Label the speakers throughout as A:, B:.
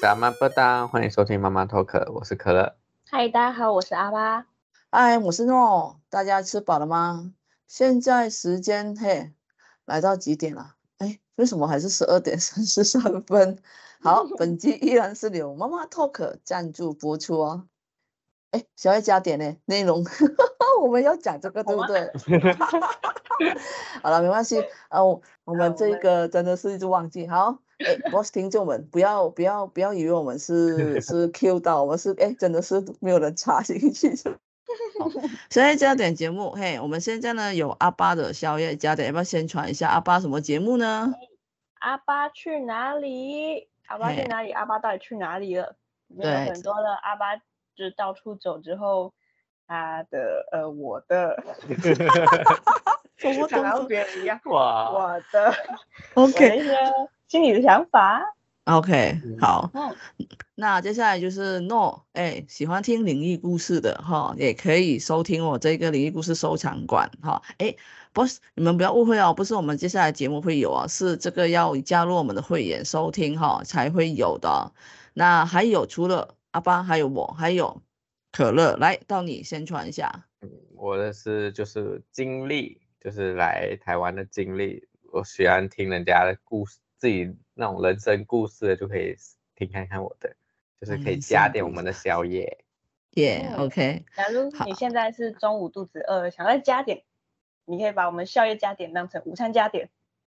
A: 是阿妈不当，欢迎收听妈妈脱壳，我是可乐。
B: 嗨，大家好，我是阿巴。
C: 嗨，哎我是诺，大家吃饱了吗？现在时间嘿，来到几点了？哎，为什么还是十二点三十三分？好，本集依然是由妈妈 Talk 赞助播出哦。哎，小爱加点呢，内容 我们要讲这个对不对？好了，没关系，呃，我我
B: 好
C: 们
B: 我
C: 这
B: 们
C: 个真的是一直忘记。好，哎，boss 听众们，不要不要不要以为我 们是是 Q 到，我们是哎真的是没有人插进去。 好宵夜加点节目，嘿，我们现在呢有阿巴的宵夜加点，要不要宣传一下阿巴什么节目呢？
B: 阿巴去哪里？阿巴去
C: 嘿
B: 哪里？阿巴到底去哪里了？因为
C: 对
B: 很多的阿巴就是到处走之后，他的呃我的，
C: 什么
B: 讲到
C: 东
B: 跟
C: 西
B: 别人一样，
A: 哇，
B: 我的我的
C: ？OK
B: 一些心里的想法。
C: OK，
A: 嗯
C: 好，
B: 嗯，
C: 那接下来就是诺，哎，喜欢听灵异故事的哈，也可以收听我这个灵异故事收藏馆哈。哎，boss，你们不要误会哦，不是我们接下来节目会有哦，是这个要加入我们的会员收听哈才会有的哦。那还有除了阿巴，还有我，还有可乐，来到你宣传一下。
A: 我的是就是经历，就是来台湾的经历。我喜欢听人家的故事，自己那种人生故事的，就可以听看看我的，就是可以
C: 人
A: 加
C: 生
A: 点
C: 故
A: 我们
C: 事
A: 的宵夜。
C: 耶、
B: 嗯
C: o k
B: 假如
C: 好
B: 你现在是中午肚子饿了，想要加点，你可以把我们宵夜加点当成午餐加点。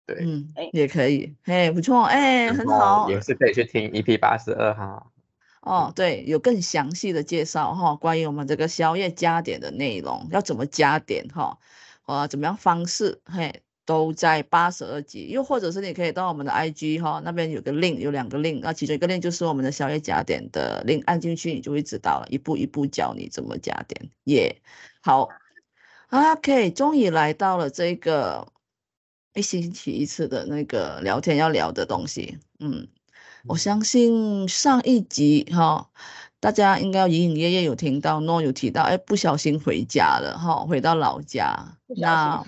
A: 对，
C: 嗯
B: 哎，
C: 也可以，嘿，不错，哎，
A: 然
C: 很
A: 后
C: 好，
A: 也是可以去听 EP 八十二哈。
C: 哦，对，有更详细的介绍哈、关于我们这个宵夜加点的内容，要怎么加点哈、呃，怎么样方式，嘿，都在八十二集，又或者是你可以到我们的 IG 哈、那边有个 link，有两个 link，那其中一个 link 就是我们的宵夜加点的 link，按进去你就会知道了，一步一步教你怎么加点，耶、好，OK，终于来到了这个一星期一次的那个聊天要聊的东西，嗯。我
A: 嗯
C: 相信上一集哈、大家应该隐隐约约有听到诺有提到，哎，不小心回家了哈、回到老家。
B: 不
C: 那
B: 小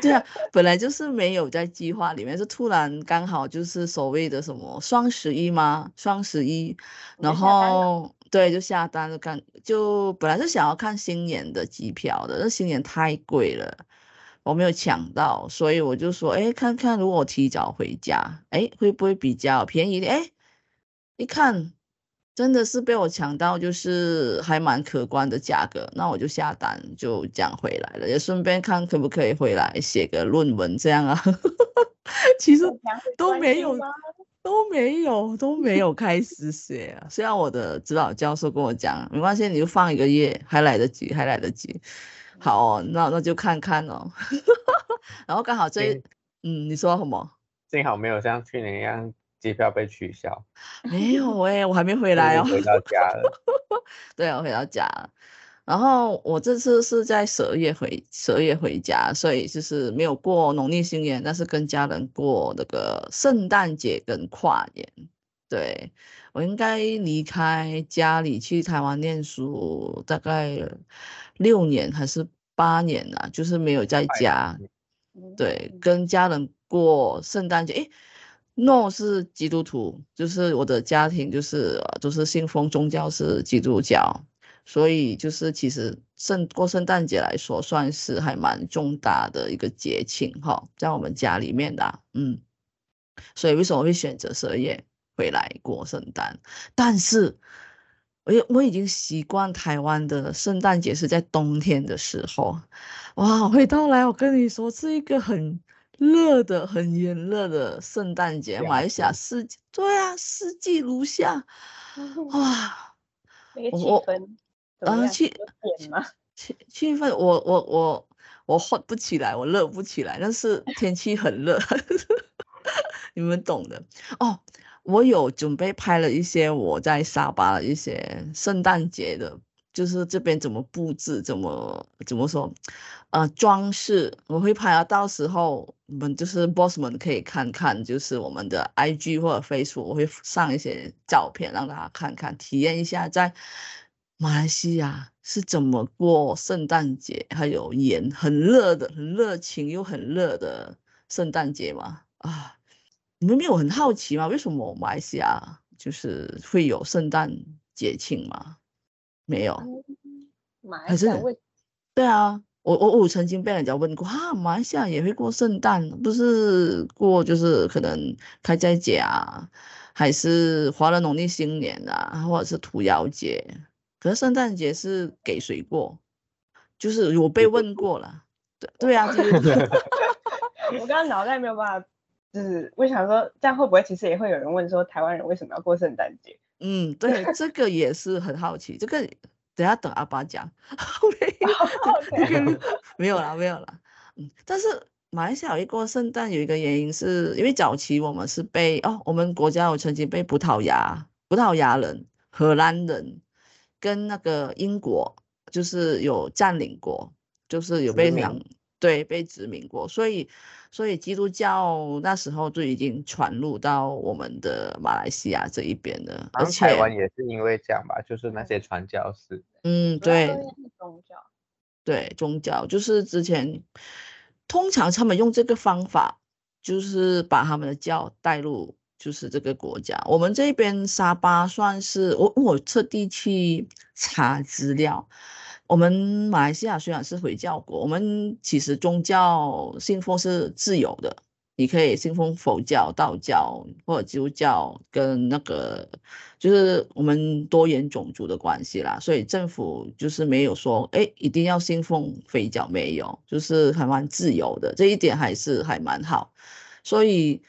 C: 对啊，本来就是没有在计划里面，是突然刚好就是所谓的什么双十一吗？双十一，
B: 你
C: 然
B: 就下单了
C: 后对，就下单了，看就本来是想要看新年的机票的，那新年太贵了，我没有抢到，所以我就说，哎，看看如果我提早回家，哎，会不会比较便宜一点？哎，一看真的是被我抢到，就是还蛮可观的价格，那我就下单，就这样回来了，也顺便看可不可以回来写个论文这样啊。 其实都没有都没有，都没有开始写、啊。虽然我的指导教授跟我讲，没关系，你就放一个月，还来得及，还来得及。好哦，那那就看看哦。 然后刚好这一
A: 嗯，
C: 嗯，你说什么？
A: 幸好没有像去年一样机票被取消，
C: 没有哎、我还没回
A: 我已
C: 来
A: 经
C: 哦。
A: 回到家了。
C: 对，啊我回到家了。然后我这次是在十二月回十二月回家，所以就是没有过农历新年，但是跟家人过那个圣诞节跟跨年。对，我应该离开家里去台湾念书大概六年还是八年了，就是没有在
A: 快
C: 家。
B: 有
C: 对， 跟家人过圣诞节。诶 n o 是基督徒，就是我的家庭就是呃就是信奉宗教是基督教，所以就是其实圣过圣诞节来说，算是还蛮重大的一个节庆哈，在我们家里面的啊、嗯，所以为什么会选择十二月回来过圣诞？但是。我也我已经习惯台湾的圣诞节是在冬天的时候，哇，回到来，我跟你说，是一个很热的、很炎热的圣诞节。马
A: 夏
C: 来西亚
A: 天
C: 四季，对啊，四季如夏，哇，
B: 那个
C: 我
B: 气
C: 我
B: 氛怎
C: 啊
B: 么样？
C: 气
B: 有点吗？
C: 气气氛，我我我我 hot 不起来，我热不起来，但是天气很热， 你们懂的哦。我有准备拍了一些我在沙巴的一些圣诞节的，就是这边怎么布置，怎么怎么说，呃，装饰，我会拍啊。到时候你们就是 boss 们可以看看，就是我们的 IG 或者 Facebook，我会上一些照片让大家看看，体验一下在马来西亚是怎么过圣诞节，还有炎很热的、很热情又很热的圣诞节嘛啊！你们没有很好奇吗？为什么马来西亚就是会有圣诞节庆吗？没有，
B: 马来
C: 还
B: 西亚
C: 是
B: 为
C: 对啊，我我我曾经被人家问过啊，马来西亚也会过圣诞，不是过就是可能开斋节啊，还是华人农历新年啊，或者是屠妖节，可是圣诞节是给谁过？就是我被问过了，对对啊，就是
B: 我刚刚脑袋没有办法，就是我想说，这样会不会其实也会有人问说，台湾人为什么要过圣诞 节？
C: 嗯，对，这个也是很好奇，这个等下等阿爸讲， 没有嗯
B: OK
C: 没有啦，没有啦。嗯，但是马来西亚有一过圣诞有一个原因是，因为早期我们是被哦，我们国家有曾经被葡萄牙、葡萄牙人、荷兰人跟那个英国就是有占领过，就是有
A: 殖
C: 被
A: 民
C: 两对被殖民过，所以所以基督教那时候就已经传入到我们的马来西亚这一边了，
A: 好
C: 而
A: 像
C: 且
A: 台湾也是因为这样吧，就是那些传教士，
C: 嗯
A: 啊
C: 对，
B: 宗教，
C: 对，宗教就是之前，通常他们用这个方法，就是把他们的教带入就是这个国家。我们这边沙巴算是我我特地去查资料，我们马来西亚虽然是回教国，我们其实宗教信奉是自由的，你可以信奉佛教、道教或者基督教跟那个就是我们多元种族的关系啦，所以政府就是没有说，哎，一定要信奉非教，没有，就是还蛮自由的，这一点还是还蛮好。所以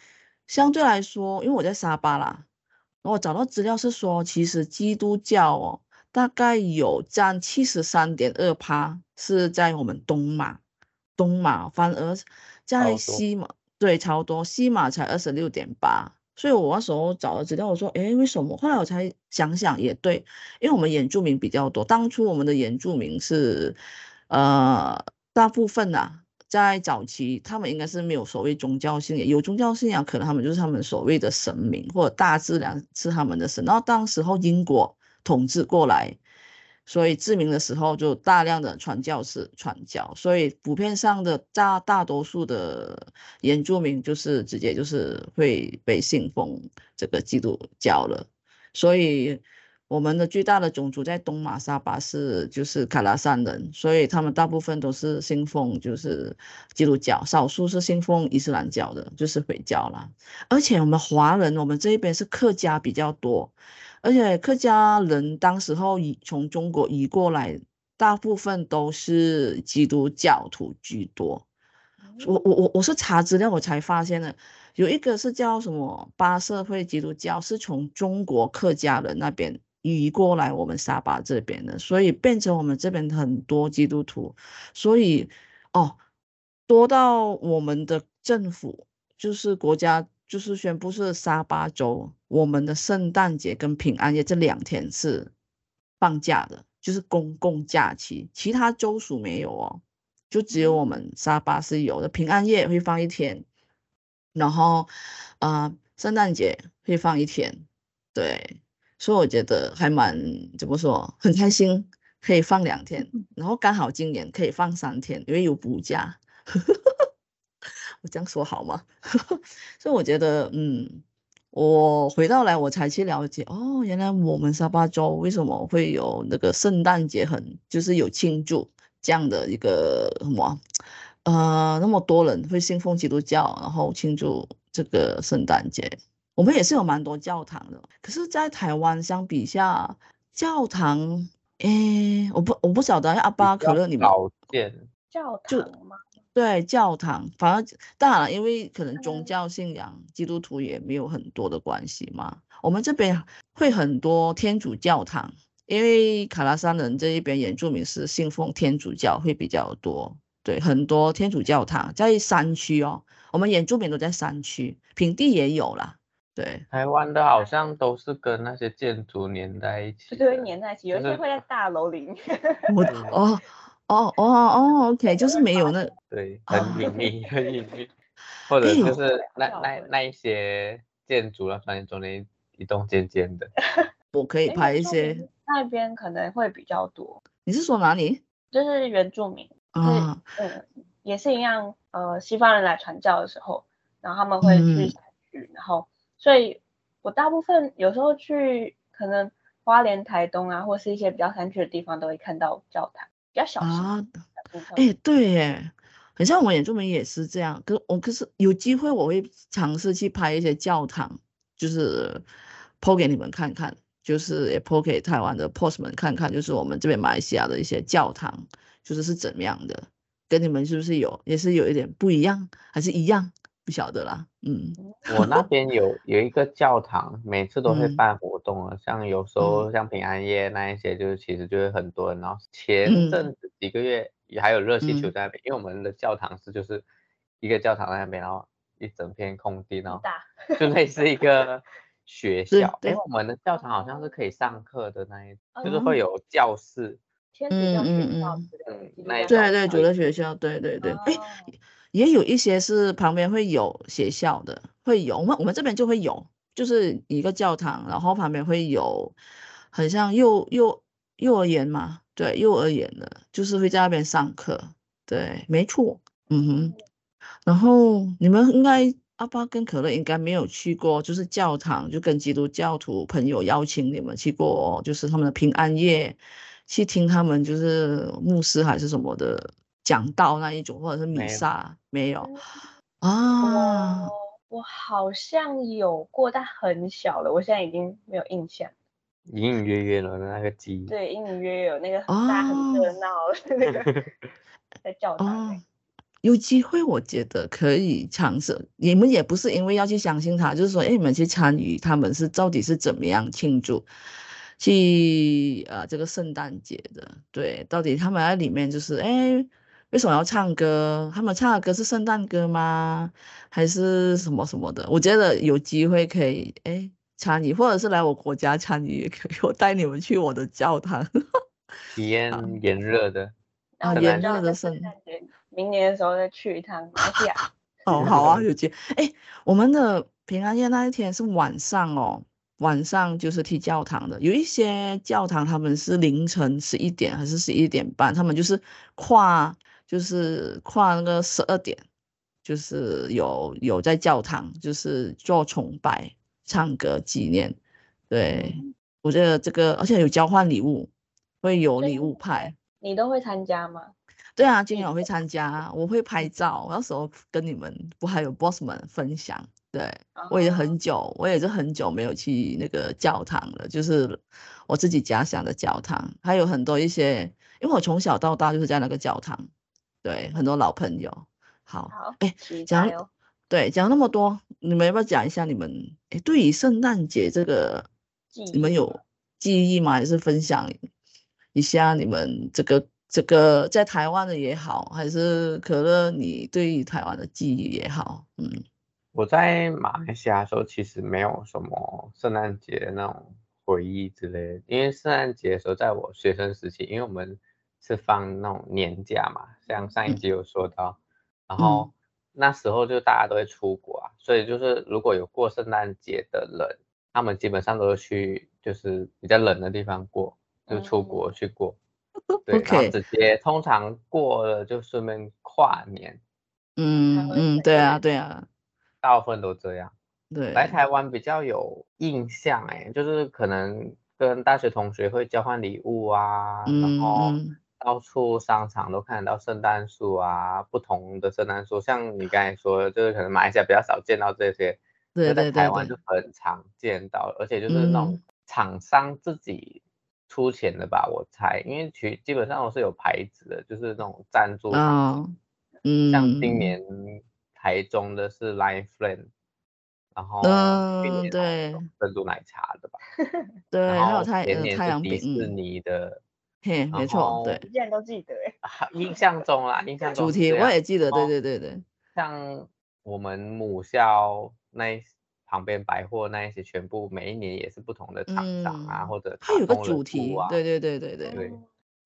C: 相对来说，因为我在沙巴啦，我找到资料是说，其实基督教哦，大概有占七十三点二趴是在我们东马，东马哦反而在
A: 多
C: 西马，对，超多，西马才二十六点八。所以我那时候找了资料，我说，诶，为什么？后来我才想想也对，因为我们原住民比较多，当初我们的原住民是，呃，大部分啊呐、在早期他们应该是没有所谓宗教信仰，有宗教信仰可能他们就是他们所谓的神明或者大自然是他们的神。然后当时候英国统治过来，所以殖民的时候就大量的传教士传教，所以普遍上的大大多数的原住民就是直接就是会被信奉这个基督教了。所以我们的最大的种族在东马沙巴是就是卡拉善人，所以他们大部分都是信奉就是基督教，少数是信奉伊斯兰教的，就是回教啦。而且我们华人，我们这一边是客家比较多，而且客家人当时候移从中国移过来，大部分都是基督教徒居多。我我我我是查资料我才发现的，有一个是叫什么巴社会基督教，是从中国客家人那边移过来我们沙巴这边的，所以变成我们这边很多基督徒，所以哦，多到我们的政府就是国家就是宣布是沙巴州，我们的圣诞节跟平安夜这两天是放假的，就是公共假期，其他州属没有哦。就只有我们沙巴是有的，平安夜会放一天，然后啊、呃圣诞节会放一天，对，所以我觉得还蛮怎么说，很开心可以放两天，然后刚好今年可以放三天，因为有补假。我这样说好吗？ 所以我觉得，嗯，我回到来我才去了解，哦，原来我们沙巴州为什么会有那个圣诞节很就是有庆祝这样的一个什么啊，呃，那么多人会信奉基督教，然后庆祝这个圣诞节。我们也是有蛮多教堂的，可是，在台湾相比下，教堂，诶，我不我不晓得阿巴
A: 比
C: 可
A: 较
C: 乐你们
A: 少见，
B: 教
C: 就
B: 堂吗？
C: 对，教堂，反而当然了，因为可能宗
B: 嗯
C: 教信仰，基督徒也没有很多的关系嘛。我们这边会很多天主教堂，因为卡拉山人这一边原住民是信奉天主教会比较多，对，很多天主教堂在山区哦，我们原住民都在山区，平地也有啦，对，
A: 台湾的好像都是跟那些建筑年代一起
B: 就
A: 的，
B: 是会粘在一起，有一
A: 就是
B: 些会在大楼里面。
C: 我
A: 嗯
C: 哦哦哦哦，OK，就是没有那
A: 对，
C: 啊
A: 很隐秘，很隐秘，或者
C: 哎
A: 就
C: 呦
A: 是那
B: 好
A: 那
B: 笑
A: 那一些建筑啦，反正中间一栋尖尖的，
C: 我可以
B: 诶
C: 拍一
B: 原住民
C: 些。
B: 那边可能会比较多，
C: 你是说哪里
B: 就是原住民，
C: 啊？
B: 嗯，也是一样，呃，西方人来传教的时候，然后他们会去
C: 嗯
B: 山区，然后所以。我大部分有时候去可能花莲、台东啊，或是一些比较山区的地方，都会看到教堂，比较小型
C: 啊，
B: 的部分。
C: 哎，对耶，很像我眼中文也是这样。可我可是有机会我会尝试去拍一些教堂，就是剖给你们看看，就是也剖给台湾的 pos 们看看，就是我们这边马来西亚的一些教堂，就是是怎么样的，跟你们是不是有也是有一点不一样，还是一样？不晓得啦，嗯，
A: 我那边有有一个教堂，每次都会
C: 嗯
A: 办活动啊，像有时候像平安夜那一些，就是其实就是很多人。然后前
C: 嗯
A: 阵子几个月也还有热气球
C: 嗯
A: 在那边，因为我们的教堂是就是一个教堂在那边，然后一整片空地，然后
B: 大，
A: 就类似一个学
C: 对
A: 校。因
C: 对
A: 为我们的教堂好像是可以上课的那一，就是
C: 哦
A: 会有教室，
B: 天主教
C: 嗯嗯
B: 学校
C: 嗯
B: 之类的
A: 嗯
B: 基督
A: 那一种
B: 教学
C: 对对，
B: 校
C: 主
A: 以
C: 的学校，对对对，哎、
B: 哦
C: 也有一些是旁边会有学校的，会有我们我们这边就会有，就是一个教堂，然后旁边会有，很像幼幼幼儿园嘛，对，幼儿园的，就是会在那边上课，对，没错，嗯哼。然后你们应该阿巴跟可乐应该没有去过，就是教堂，就跟基督教徒朋友邀请你们去过，哦就是他们的平安夜，去听他们就是牧师还是什么的讲道那一种，或者是弥
A: 没有
C: 撒，没有
B: 我
C: 哦啊？
B: 嗯我好像有过，但很小了，我现在已经没有印象。
A: 隐隐约约的那个记忆。
B: 对，隐隐约约有那个很大很热闹的那 个在教堂
C: 哦
B: 内。，
C: 有机会我觉得可以尝试。你们也不是因为要去相信他，就是说，哎，你们去参与他们是到底是怎么样庆祝，去呃这个圣诞节的，对，到底他们在里面就是，哎，为什么要唱歌？他们唱的歌是圣诞歌吗？还是什么什么的？我觉得有机会可以，哎。参与，或者是来我国家参与也可以，我带你们去我的教堂。
A: 体验炎热的，
B: 然
C: 啊
B: 后
A: 炎
B: 知道
C: 热
B: 在
C: 的
B: 圣
C: 圣
B: 诞节，明年的时候再去一趟马来西亚。
C: 哦，好啊，有机。哎，我们的平安夜那一天是晚上哦，晚上就是去教堂的。有一些教堂他们是凌晨十一点还是十一点半，他们就是跨，就是跨那个十二点，就是有有在教堂就是做崇拜、唱歌纪念。 对，
B: 嗯
C: 我觉得这个，而且有交换礼物，会有
B: 所以
C: 礼物派。
B: 你都会参加吗？
C: 对啊，今
B: 你
C: 年我会参加，啊我会拍照，我到时候跟你们不还有 boss 们分享。对，我也
B: 哦
C: 很久，我也是很久没有去那个教堂了，就是我自己家乡的教堂，还有很多一些，因为我从小到大就是在那个教堂，对，很多老朋友。好，
B: 好，
C: 哎
B: 期
C: 讲
B: 待哦。
C: 对，讲那么多，你们要不要讲一下你们，哎，对于圣诞节这个，
B: 记
C: 你们
B: 忆
C: 有记忆吗？还是分享一下你们这个这个在台湾的也好，还是可乐你对于台湾的记忆也好，嗯，
A: 我在马来西亚的时候，其实没有什么圣诞节的那种回忆之类的，因为圣诞节的时候，在我学生时期，因为我们是放那种年假嘛，像上一
C: 嗯
A: 集有说到，然后那时候就大家都会出国啊，所以就是如果有过圣诞节的人，他们基本上都是去就是比较冷的地方过，就出
B: 嗯
A: 国去过， 对，然
C: 哦 OK
A: 后直接通常过了就顺便跨年，
C: 嗯
B: 会
C: 嗯，
B: 回
C: 对啊
A: 味
C: 对啊
A: 大部分都这样。
C: 对，
A: 来台湾比较有印象哎、就是可能跟大学同学会交换礼物啊，然
C: 嗯
A: 后
C: 嗯
A: 到处商场都看得到圣诞树啊，不同的圣诞树，像你刚才说的，就是可能马来西亚比较少见到这些，
C: 对
A: 就
C: 对
A: 在
C: 对
A: 台湾就
C: 对，
A: 很常见到，而且就是那种
C: 嗯
A: 厂商自己出钱的吧，我猜，因为其基本上都是有牌子的，就是那种赞助厂商
C: 啊，嗯，
A: 像今年台中的是 Line Friend，然后去
C: 嗯
A: 年好像
C: 对
A: 有珍珠奶茶的吧，
C: 对，
A: 然
C: 还有
A: 后
C: 太
A: 前
C: 呃
A: 年
C: 太
A: 是
C: 阳
A: 迪
C: 饼，
A: 士
C: 嗯，
A: 尼的，
C: 嘿，
A: 然
C: 没错，对，
B: 你竟然都记得哎，
A: 啊印象中啦，印象中
C: 主
A: 是
C: 题
A: 这
C: 我
A: 样
C: 也记得，对
A: 哦
C: 对对对，
A: 像我们母校那一旁边百货那一些，全部每一年也是不同的厂商啊，
C: 嗯
A: 或者
C: 它有
A: 卡
C: 个
A: 通人
C: 主
A: 物
C: 题，
A: 啊，
C: 对对对对对，
A: 对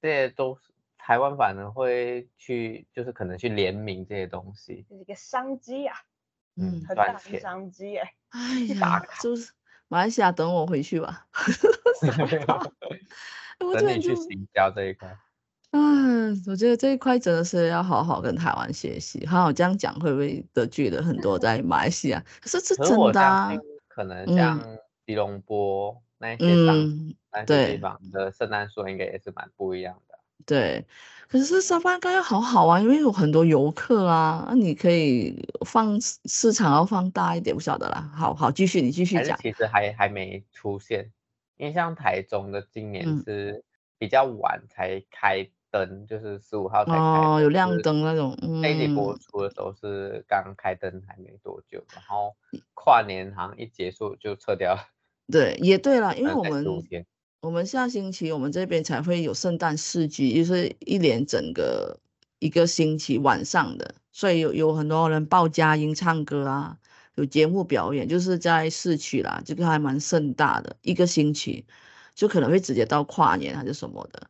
A: 这些都是台湾反而会去，就是可能去联名这些东西，
B: 这是一个商机啊，
A: 嗯
C: 嗯，
B: 很
A: 赚
B: 大的
A: 钱
B: 商机哎。
C: 哎
A: 打
C: 呀，
A: 卡
C: 就是马来西亚等我回去吧。 傻瓜我突
A: 等
C: 然
A: 你
C: 就
A: 去，行销这一块。
C: 嗯，我觉得这一块真的是要好好跟台湾学习。好，我这样讲会不会得罪了很多在马来西亚？可是这
A: 可是我
C: 真的
A: 相
C: 啊
A: 信，，可能
C: 嗯
A: 像吉隆坡那一些港、
C: 嗯，
A: 那些
C: 对
A: 地方的圣诞树应该也是蛮不一样的。
C: 对。可是沙巴应该要好好啊，因为有很多游客啊，那你可以放市市场要放大一点，不晓得啦。好好，继续你继续
A: 还是
C: 讲。
A: 其实还还没出现，因为像台中的今年
C: 嗯
A: 是比较晚才开灯，就是十五号才开
C: 哦，有
A: 灯
C: 亮
A: 就是
C: 灯那种，嗯，
A: 这一集播出的时候是刚开灯还没多久，然后跨年好像一结束就撤掉了，
C: 对，也对啦，因为
A: 可能才
C: 我们
A: 15天
C: 我们下星期我们这边才会有圣诞市集，就是一连整个一个星期晚上的，所以有有很多人报佳音唱歌啊，有节目表演，就是在市区啦，这个还蛮盛大的，一个星期就可能会直接到跨年还是什么的，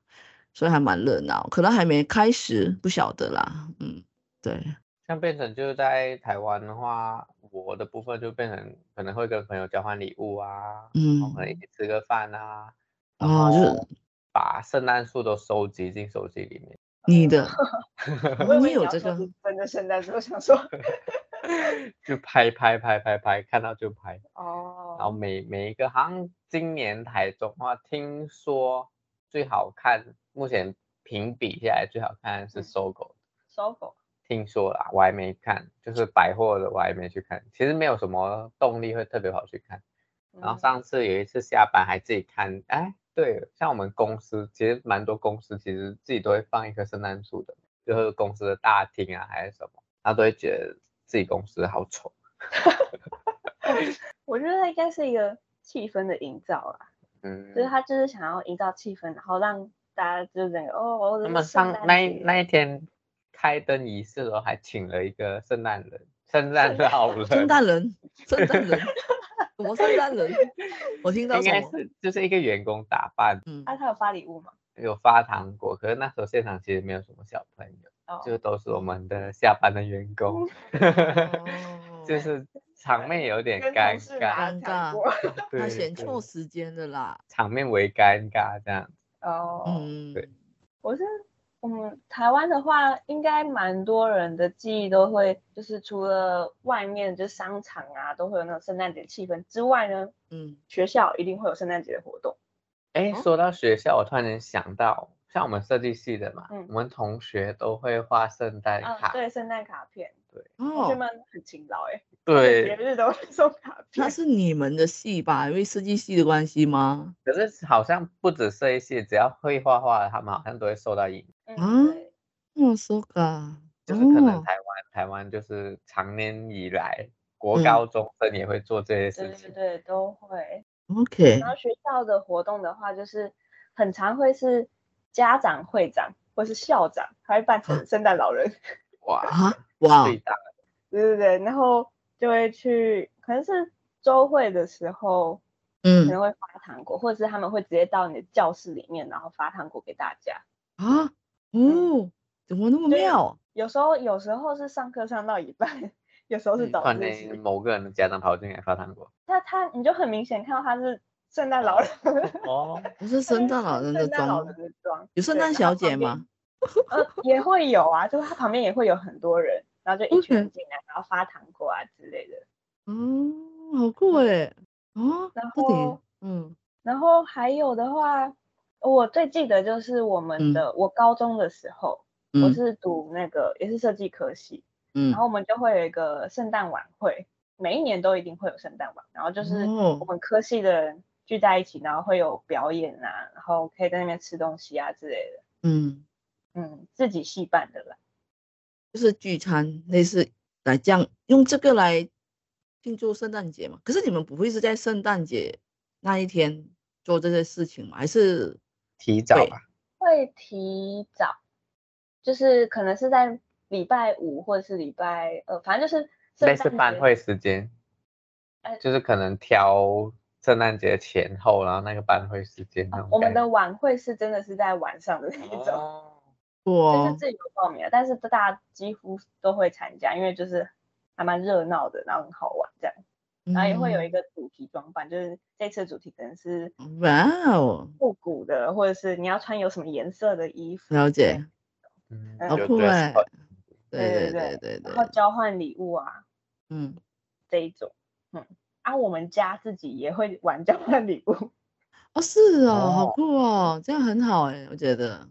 C: 所以还蛮热闹，可能还没开始，不晓得啦，嗯，对，
A: 像变成就是在台湾的话，我的部分就变成可能会跟朋友交换礼物啊，然后可能一起吃个饭啊，然
C: 嗯哦就是
A: 后把圣诞树都收集进手机里面。
C: 你 的哦
B: 我以
C: 哎你
B: 为
C: 有
B: 要
C: 这
B: 说
C: 个
B: 是真的圣诞树，我 想说
A: 就拍拍拍拍拍，看到就拍。然后
B: 哦，
A: 每每一个好像今年台中的话，听说最好看，目前评比下来最好看的是
B: 嗯
A: 搜狗，
B: 搜狗
A: 听说啦，我还没看，就是百货的我还没去看，其实没有什么动力会特别跑去看。然后
B: 嗯
A: 上次有一次下班还自己看，哎，对，像我们公司其实蛮多公司其实自己都会放一棵圣诞树的，就是公司的大厅啊还是什么，他都会觉得自己公司好丑。
B: 我觉得应该是一个气氛的营造啦，
A: 嗯，
B: 就是他就是想要营造气氛，然后让大家就是整个哦，我
A: 那
B: 的
A: 么
B: 圣
A: 上
B: 诞
A: 那一
B: 节
A: 那一天开灯仪式的时候，还请了一个圣诞人， 圣诞
B: 诞
A: 老人，
C: 圣 诞人，圣诞人，什么圣诞人？我听到
A: 应
C: 什
A: 该
C: 么？
A: 是就是一个员工打扮，
C: 嗯
B: 啊，他有发礼物吗？
A: 有发糖果，可是那时候现场其实没有什么小朋友，
B: 哦，
A: 就都是我们的下班的员工，
C: 哦
A: 就是场面有点
B: 跟
A: 尴
B: 同事
A: 尬，
B: 拿
C: 尴
B: 糖
C: 尬
B: 果
C: 他
A: 对
C: 选
A: 对
C: 错时间的啦。
A: 场面为尴尬这样。
B: 哦，
C: 嗯，
A: 对
B: 我是我们台湾的话，应该蛮多人的记忆都会，就是除了外面就是商场啊，都会有那种圣诞节气氛之外呢，
C: 嗯，
B: 学校一定会有圣诞节的活动。
A: 哎，
C: 哦
A: 说到学校，我突然间想到，像我们设计系的嘛，
B: 嗯
A: 我们同学都会画圣诞
B: 嗯，
A: 卡，
B: 对，圣诞卡片，同学
C: 哦，
B: 们很勤劳哎、
A: 对
B: 节日都会送卡
C: 那
B: 片。
C: 是你们的戏吧？因为设计系的关系吗？
A: 可是好像不止设计系，只要会画画的，他们好像都会受到影响。
B: 嗯，
C: 嗯
B: 对哦
C: 嗯，so ga，
A: 就是可能
C: 哦
A: 台湾，台湾就是常年以来，国
C: 嗯
A: 高中生也会做这些
B: 对
A: 事
B: 对
A: 情。
B: 对，都会。
C: ，OK，
B: 然后学校的活动的话，就是很常会是家长会长或是校长，还会扮
C: 嗯
B: 成圣诞老人。
A: 哇，
C: 啊，哇
A: 最，大
B: 对对对，然后就会去，可能是周会的时候可
C: 嗯
B: 能会发糖果，或者是他们会直接到你的教室里面，然后发糖果给大家。
C: 啊，哦，怎么那么
B: 嗯对
C: 妙？
B: 有时候有时候是上课上到一半，有时候是
C: 嗯
B: 早
A: 突然
B: 自习
A: 间。某个人的家长跑进来发糖 果。
B: 那他你就很明显看到他是圣诞老人，
A: 哦，
C: 不是圣诞老人的
B: 圣诞老
C: 妆
B: 人，的妆，
C: 有圣
B: 对
C: 诞
B: 然后
C: 小
B: 旁
C: 姐
B: 边
C: 吗？
B: 呃，也会有啊，就是他旁边也会有很多人，然后就
C: 嗯
B: 一群人进来，然后发糖果啊之类的。
C: 哦，好酷哎，哦
B: 然，
C: 这里
B: 后，
C: 嗯
B: 然后还有的话，我最记得就是我们
C: 嗯
B: 的，我高中的时候，我
C: 嗯
B: 是读那个也是设计科系，
C: 嗯
B: 然，后我们就会有一个圣诞晚会，每一年都一定会有圣诞晚，然后就是
C: 哦
B: 我们科系的人聚在一起，然后会有表演啊，然后可以在那边吃东西啊之类的，
C: 嗯，
B: 嗯，自己系办的啦。
C: 就是聚餐，类似来这样用这个来庆祝圣诞节嘛。可是你们不会是在圣诞节那一天做这些事情吗？还是
A: 提早啊
C: 对
A: 吧，
B: 会提早，就是可能是在礼拜五或者是礼拜呃，反正就是
A: 类
B: 圣
A: 似
B: 诞
A: 班
B: 节
A: 会时间
B: 哎，
A: 就是可能挑圣诞节前后，然后那个班会时间那
B: 啊
A: 种
B: 我们
A: 感觉。
B: 的晚会是真的是在晚上的那一种，
A: 哦，
B: 就是
C: 我
B: 自由报名的，但是大家几乎都会参加，因为就是还蛮热闹的，然后很好玩这样，然后也会有一
C: 嗯
B: 个主题装扮，就是这次的主题可能是
C: 哇哦，
B: 复古的，或者是你要穿有什么颜色的衣服，
C: 了
B: 对
C: 解，
A: 嗯，
B: 好
C: 好
A: 就
C: 酷
A: dress
C: 哎
A: code，
C: 对
B: 对
C: 对对
B: 对
C: 对
B: 然后
C: 对，
B: 交换礼物啊
C: 嗯，
B: 这一种，啊，我们家自己也会玩交换礼物。
C: 哦，是哦，好
A: 哦
C: 酷哦，这样很好哎，我觉得。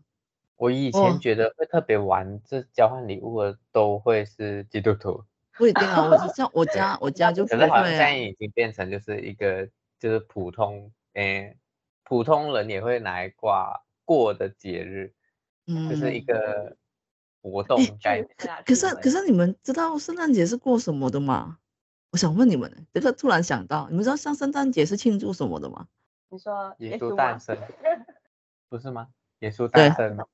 A: 我以
C: 哇
A: 前觉得会特别玩这交换礼物的都会是基督 徒，
C: 不一定啊，我是像我家我家就不
A: 可
C: 会
A: 是好像现在
C: 啊，
A: 已经变成就是一个就是普通诶、普通人也会拿来挂过的节日，
C: 嗯，
A: 就是一个活动概念。
B: 对啊聚
C: 可是
B: 会
C: 可是你们知道圣诞节是过什么的吗？我想问你们，这个突然想到，你们知道像圣诞节是庆祝什么的吗？
B: 你说
A: 耶
B: 稣
A: 稣
B: 吗
A: 诞？生， 不是吗？耶稣
C: 对
A: 诞生吗，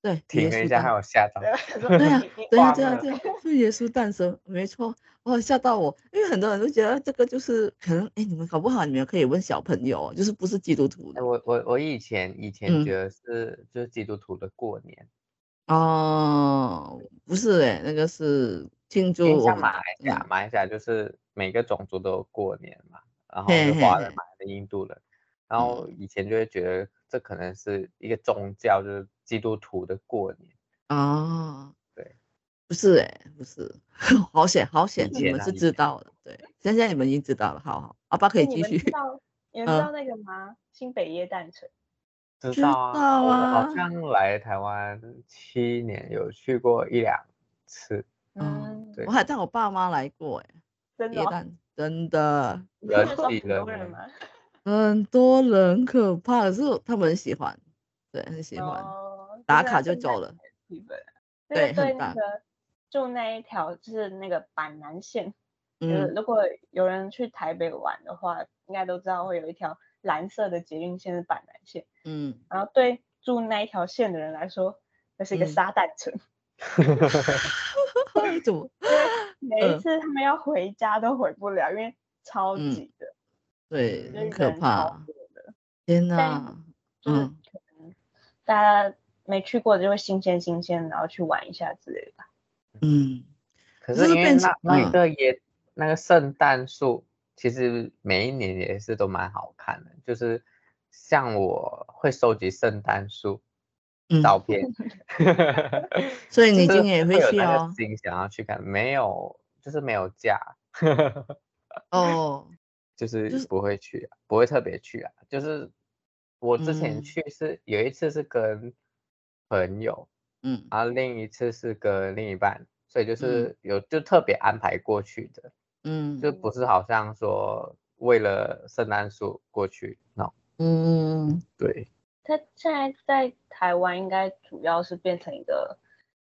C: 对，
A: 停
C: 耶
A: 了
C: 稣
A: 一下，
C: 诞
A: 害我吓到。
C: 对
A: 呀
B: 对
C: 啊对啊，
A: 哇
C: 对啊，
A: 那
C: 对啊，是耶稣诞生，没错。哦，吓到我，因为很多人都觉得这个就是可能，哎，你们搞不好你们可以问小朋友，就是不是基督徒
A: 哎
C: 的
A: 我我我以前以
C: 嗯
A: 前觉得是、就是基督徒的过年，
C: 哦，不是哎，那个是庆祝
A: 因为
C: 我
A: 像
C: 们
A: 马
C: 的
A: 来西亚
C: 嗯，
A: 马来西亚就是每个种族都有过年嘛，然后
C: 嘿
A: 就
C: 嘿
A: 华人、
C: 嘿嗯
A: 马来人、印度人，然后以前就会觉得这可能是一个宗教，就是基督徒的过年。
C: 哦，
A: 对，
C: 不是哎，不是，好险好险，你
A: 前
C: 们
A: 啊
C: 是
A: 以
C: 知道的，对，现在你们已经知道了，好好，阿爸可以
B: 你
C: 继
B: 们知
C: 续，
B: 道你们
C: 嗯
B: 知道那个吗？新北耶诞城，
A: 知
C: 知
A: 道啊，
C: 道
A: 我
C: 啊
A: 好像来台湾七年，有去过一两次。
C: 嗯，
A: 对
C: 我还带我爸妈来过哎，
B: 真的
C: 耶
B: 哦，
C: 诞 真的。
B: 你们
A: 人
B: 说
A: 挤
B: 很多
A: 人
B: 人
A: 呢
B: 吗？
C: 很多人可怕，可是他们很喜欢，对，很喜欢，
B: 哦，
C: 打
B: 是
C: 卡就
B: 圣
C: 走
B: 诞
C: 了
B: 节。的气氛就
C: 对
B: 是
C: 很
B: 对那
C: 大
B: 个住那一条就是那个板南线，就是
C: 嗯，
B: 如果有人去台北玩的话，应该都知道会有一条蓝色的捷运线是板南线，
C: 嗯，
B: 然后对住那一条线的人来说，那是一个
C: 嗯
B: 撒旦城。
C: 怎么？
B: 每
C: 嗯
B: 一次他们要回家都回不了，因为超
C: 嗯
B: 挤的，
C: 对，
B: 就是
C: 很可
B: 人超
C: 怕，
B: 多的，
C: 天
B: 但
C: 哪，
B: 就是
C: 嗯
B: 可能大家没去过就会新鲜新鲜，然后去玩一下之类的吧。
C: 嗯，
A: 可
C: 可是
A: 是因为
C: 变成
A: 那那
C: 嗯
A: 一个也、那个圣诞树，其实每一年也是都蛮好看的，就是像我会收集圣诞树
C: 嗯
A: 照 片，
C: 所以你
A: 就是
C: 今年也会
A: 有
C: 去
A: 那
C: 哦
A: 个心想要去看，没有就是没有假，
C: 哦，
A: 就是
C: 就是
A: 不会去、啊，不会特别去啊。就是我之前
C: 嗯
A: 去是、有一次是跟朋友，
C: 嗯
A: 然后另一次是跟另一半，所以就
C: 嗯
A: 是有就特别安排过去的，就
C: 嗯
A: 不是好像说为了圣诞树过去，no，
C: 嗯，
A: 对，
B: 它现在在台湾应该主要是变成一个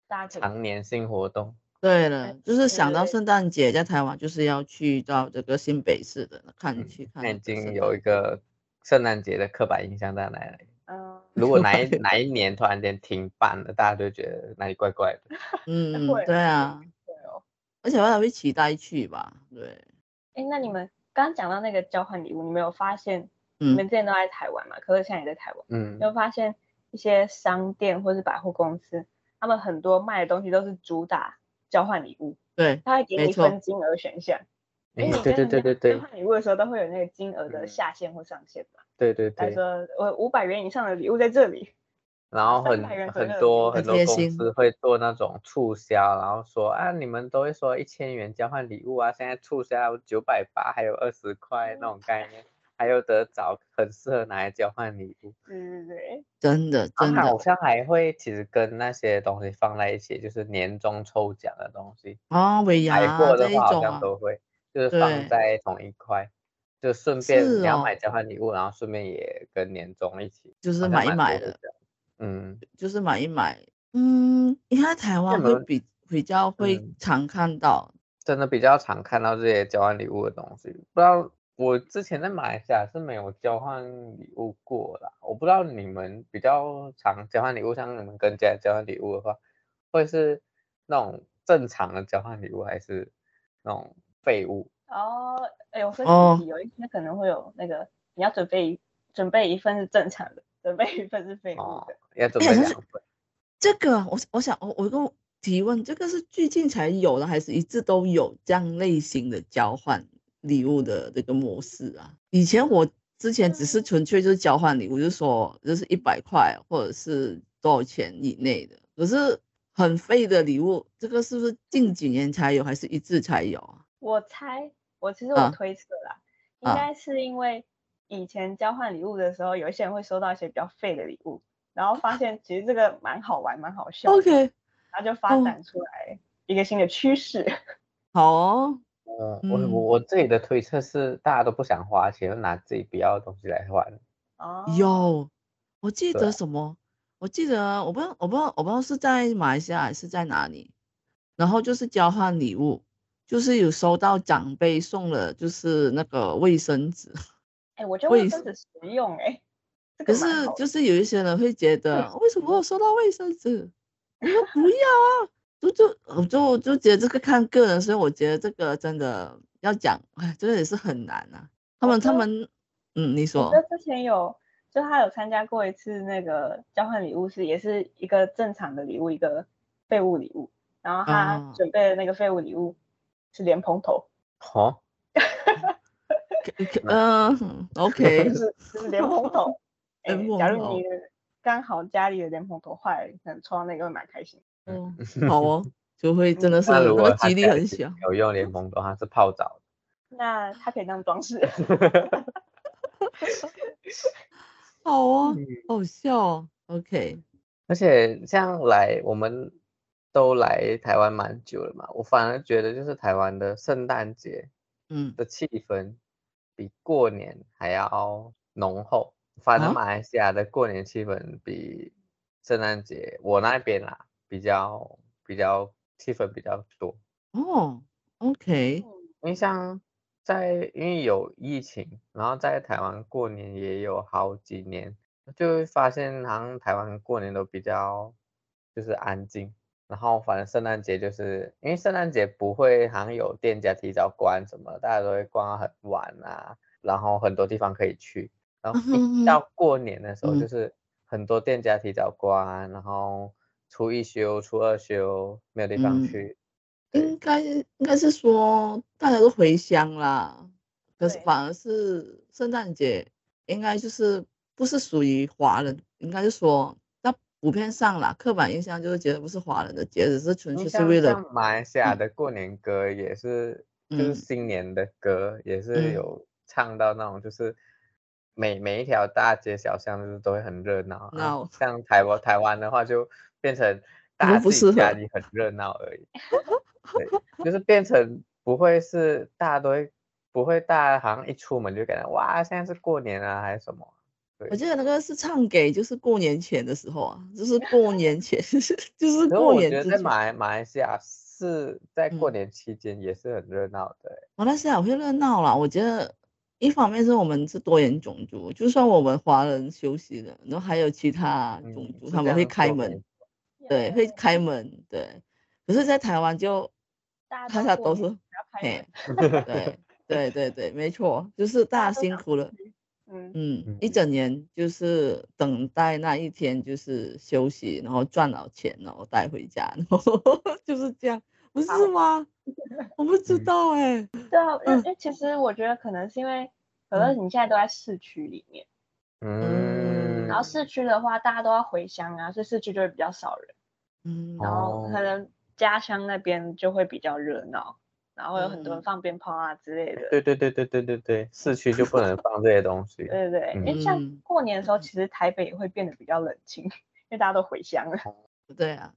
B: 大家可以
A: 常年性活动，
C: 对了，就是想到
B: 对
C: 圣诞节在台湾，就是要去到这个新北市的看
A: 嗯
C: 去，看
A: 那
C: 那
A: 已
C: 个
A: 经
C: 圣
A: 有
C: 诞
A: 一个圣诞节的刻板印象在那里。
B: 嗯，
A: 如果
C: 刻
A: 哪
C: 板
A: 一
C: 印
A: 哪一年突然间停办了，大家就觉得哪里怪怪的。
C: 嗯，
B: 会
C: 对
B: 会
C: 啊，
B: 对哦。
C: 而且我还会期待去吧，对，
B: 哎，那你们刚刚讲到那个交换礼物，你们有发现你
C: 嗯
B: 们之前都在台湾嘛？可是现在也在台湾，
A: 嗯
B: 你，有发现一些商店或是百货公司，他们很多卖的东西都是主打交换礼物，
C: 对，
B: 他会给
C: 没
B: 你
C: 错
B: 分金额选项。因
A: 哎
B: 为你
A: 对对
B: 跟
A: 对
B: 人
A: 对
B: 家
A: 对
B: 交换礼物的时候都会有那个金额的
A: 嗯
B: 下限或上限嘛？
A: 对对
B: 他
A: 对。
B: 说我呃五百元以上的礼物在这里，
A: 然后
B: 300
A: 很
B: 元左右
A: 很多
B: 的
C: 很
A: 很多
C: 贴
A: 公
C: 心
A: 司会做那种促销，然后说啊，你们都会说一千元交换礼物啊，现在促销九百八，还有二十块那种概念，还有得找，很适合拿来交换礼物。
B: 对对对，
C: 真的
A: 他
C: 真
A: 们好
C: 的
A: 像还会其实跟那些东西放在一起，就是年终抽奖的东西，
C: 啊，尾
A: 买
C: 牙
A: 过
C: 这
A: 的
C: 一
A: 话好
C: 种
A: 像
C: 啊，
A: 都会，就是放
C: 对
A: 在同一块，就顺便
C: 是
A: 你要
C: 哦
A: 买交换礼物，然后顺便也跟年终一起，
C: 就是
A: 好像
C: 买一
A: 蛮
C: 买
A: 多
C: 了
A: 是，这样。嗯，
C: 就是买一买。嗯，应该台湾
A: 你
C: 会
A: 们
C: 比比较会
A: 嗯
C: 常看到，
A: 真的比较常看到这些交换礼物的东西。不知道我之前在马来西亚是没有交换礼物过啦，我不知道你们比较常交换礼物，像你们跟家人交换礼物的话，会是那种正常的交换礼物，还是那种废物？
B: 哦，哎，我分
C: 哦
B: 几题，有一些可能会有那个你要准备准备一份是正常的，准备一份是废物
A: 哦
B: 的。，
A: 要准
C: 哎
A: 备
C: 好
A: 两
C: 像是
A: 份。
C: 这个啊我我想我我跟我提问，这个是最近才有的，还是一直都有这样类型的交换礼物的这个模式啊？以前我之前只是
B: 嗯
C: 纯粹就是交换礼物，就是说就是一百块或者是多少钱以内的，可是很废的礼物，这个是不是近几年才有，还是一直才有啊？
B: 我猜我其实我
C: 嗯
B: 推测啦，
C: 嗯
B: 应该是因为以前交换礼物的时候，有一些人会收到一些比较废的礼物，然后发现其实这个蛮好玩、蛮好笑的
C: OK，
B: 然后就发
C: 哦
B: 展出来一个新的趋势。
C: 好哦，
A: 呃，我
C: 嗯
A: 我我自己的推测是，大家都不想花钱，就拿自己不要的东西来换。
B: 哦，
C: 有，我记
A: 对
C: 得
A: 啊
C: 什么？我记得我不知道，我不知道，我不知道是在马来西亚还是在哪里。然后就是交换礼物，就是有收到长辈送了，就是那个卫生纸。
B: 哎，我觉得
C: 卫
B: 卫生纸实用哎，这
C: 可
B: 个
C: 是
B: 蛮好的
C: 就是有一些人会觉得， 为什么我收到卫生纸？我说不要啊，就就我就我就觉得这个看个人，所以我觉得这个真的要讲，哎，这个也是很难啊。他
B: 我
C: 们
B: 觉
C: 他
B: 得
C: 们，嗯，你
B: 我
C: 说
B: 觉，得之前有，就他有参加过一次那个交换礼物是，也是一个正常的礼物，一个废物礼物。然后
C: 哦
B: 他准备的那个废物礼物是莲蓬头，
A: 哦，
C: 嗯，OK，。
B: 就是就是莲蓬头 哎
C: 莲蓬
B: 假如
C: 头
B: 你的刚好家里的莲蓬头坏了，你可能抽到那个会蛮开心。
C: 哦，好哦，就会真的是
A: 那
C: 那
A: 如果
C: 个
A: 他
C: 几率
A: 家
C: 很
A: 里
C: 小。
A: 有用莲蓬头，它是泡澡
B: 那它可以当装饰。
A: 的。
C: 好 哦，
A: 嗯
C: 好笑哦。OK，
A: 而且这样来，我们都来台湾蛮久了嘛，我反而觉得就是台湾的圣诞节
C: 嗯，
A: 的气氛比过年还要浓厚。反
C: 啊
A: 正马来西亚的过年气氛比圣诞节我那边啦比较比较气氛比较多，
C: 哦，OK，
A: 因为像在因为有疫情，然后在台湾过年也有好几年，就会发现好像台湾过年都比较就是安静。然后反正圣诞节就是因为圣诞节不会好像有店家提早关什么，大家都会逛到很晚啊，然后很多地方可以去。然后一到过年的时候，就
C: 嗯
A: 是很多店家提早关，然后初一休、初二休没有地方
C: 嗯
A: 去。对
C: 应该应该是说大家都回乡啦，可是
B: 对
C: 反而是圣诞节，应该就是不是属于华人，应该是说那普遍上啦，刻板印象就是觉得不是华人的节日，是纯
A: 你
C: 粹是
A: 嗯哦像
C: 为了
A: 像马来西亚
C: 嗯
A: 的过年歌也是，就是
C: 嗯
A: 新年的歌也
C: 嗯
A: 是有唱到那种，就是每每一条大街小巷就是都会很热闹啊。
C: 闹
A: 像台湾台湾的话就变 成大
C: 哦们
A: 家
C: 不
A: 自己
C: 适
A: 家
C: 合
A: 里很热闹而已，对，就是变成不会是大家都会不会大家好像一出门就感觉哇现在是过年啊还是什么？
C: 我
A: 对，
C: 记得那个是唱给就是过年前的时候啊，就是过年前， 就是
A: 然后
C: 过
A: 我
C: 年
A: 觉得
C: 之
A: 在
C: 前。
A: 马来马来西亚是在过
C: 嗯
A: 年期间也是很热闹的欸。
C: 马来西亚会热闹啦，我觉得一方面是我们是多元种族，就算我们华人休息了，然后还有其他种
A: 嗯
C: 族、
A: 是
C: 他
A: 这
C: 们会
A: 样哦
C: 开
A: 说没
C: 门，对，会开门，对。可是，在台湾就
B: 大
C: 大
B: 家
C: 家
B: 过
C: 都
B: 年
C: 是，
B: 还要开
C: 嘿
B: 门，
C: 对，对对对，没错，就是大
B: 大
C: 家
B: 家都
C: 辛
B: 想
C: 苦了，
B: 嗯，
C: 嗯，一
A: 嗯
C: 整年就是等待那一天，就是休息，然后赚了钱，然后带回家，然后 就是这样，不是
B: 好
C: 吗？我不知
A: 嗯
C: 道哎、
B: 对啊，因为
C: 嗯
B: 因为其实我觉得可能是因为可乐，你现在都在市区里面。
A: 嗯，
B: 然后市区的话，大家都要回乡啊，所以市区就会比较少人，
C: 嗯，
B: 然后可
A: 哦
B: 能家乡那边就会比较热闹，然后有很多
C: 嗯
B: 人放鞭炮啊之类的。
A: 对对对对对对对，市区就不能放这些东西。
B: 对对对，因为
C: 嗯
B: 像过年的时候，其实台北也会变得比较冷清，因 为大家都回乡了。
C: 对啊，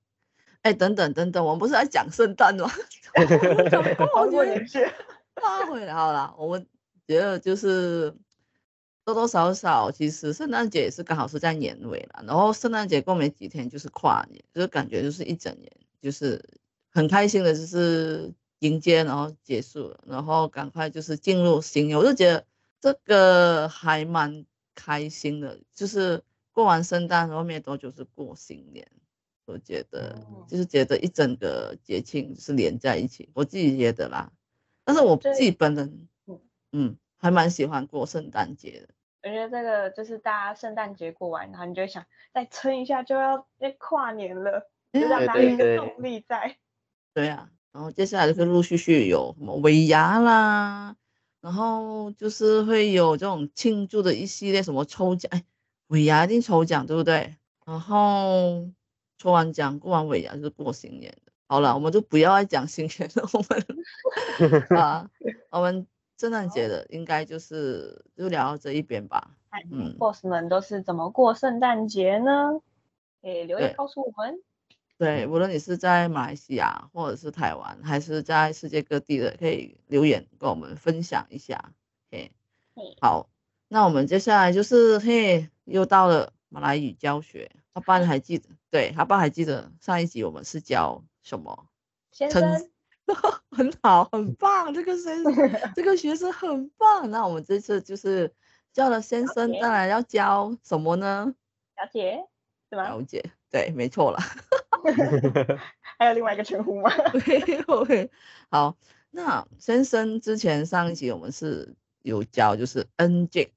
C: 哎，等等等等，我们不是在讲圣诞吗？我们讲过
B: 过
C: 年
B: 年去，
C: 拉回来好了。我们觉得就是多多少少，其实圣诞节也是刚好是在年尾了，然后圣诞节过没几天就是跨年，就是感觉就是一整年就是很开心的，就是迎接然后结束了，然后赶快就是进入新年，我就觉得这个还蛮开心的，就是过完圣诞然后没多久是过新年，我觉得。
A: 嗯
C: 就是觉得一整个节庆是连在一起，我自己觉得啦。但是我
B: 对
C: 自己本人
B: 嗯，
C: 嗯，还蛮喜欢过圣诞节的。
B: 我觉得这个就是大家圣诞节过完，然后你就会想再撑一下就要要跨年了，就
C: 对
B: 让
C: 啊
B: 大家
A: 对
B: 有一
A: 对
B: 个动力在。
C: 对啊，然后接下来就会陆陆续续有什么尾牙啦，然后就是会有这种庆祝的一系列什么抽奖，哎，尾牙一定抽奖对不对？然后抽完奖过完尾牙就是 过新年的。好了，我们就不要再讲新年了，我们啊，我们圣诞节的应该就是就聊到这一边吧。嗯
B: 哎，boss 们都是怎么过圣诞节呢？诶，留言
C: 对
B: 告诉我们。
C: 对，无论你是在马来西亚或者是台湾，还是在世界各地的，可以留言跟我们分享一下。嘿
B: 嘿，
C: 好，那我们接下来就是嘿，又到了马来语教学。阿爸还记得，对，阿爸还记得上一集我们是教什么？
B: 先
C: 称
B: 生，
C: 很好，很棒，这个先生这个学生很棒。那我们这次就是教了先生，
B: 解
C: 当然要教什么呢？
B: 小姐是吗？
C: 了解，对，没错啦。
B: 还有另外一个称呼吗？
C: 对，我会好。那先生之前上一集我们是有教，就是 N J，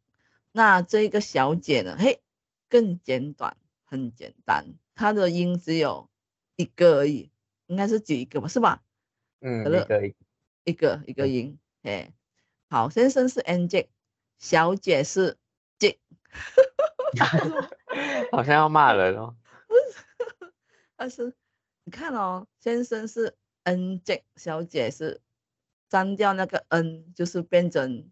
C: 那这个小姐呢，嘿，更简短，很简单，她的音只有一个而已，应该是只有一个吧，是吧？
A: 嗯，
C: 可
A: 一
C: 乐
A: 个一个
C: 一个一个
A: 对
C: 音，哎，好，先生是 N J，小姐是 J，
A: 好像要骂人哦。
C: 但啊是你看哦，先生是 N J，小姐是删掉那个 N，就是变成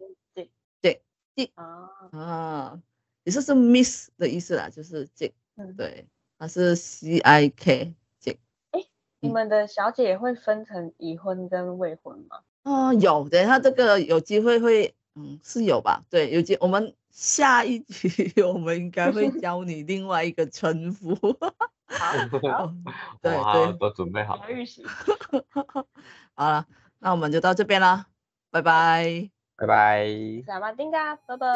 B: 啊，
C: 啊，也就是 miss 的意思啦，就是这，
B: 嗯，。
C: 对，它是 C I K 这，
B: 你们的小姐会分成已婚跟未婚吗？
C: 啊，有，等一下这个有机会会，嗯，是有吧？对，有机，我们下一集 我们应该会教你另外一个称呼，
B: 好，好，
C: 对
A: 哇
C: 对
A: 都准备好
B: 我
A: 了
B: 要。预习。
C: 好了，那我们就到这边啦，拜拜。
A: 拜拜。
B: 萨瓦丁嘎，拜拜。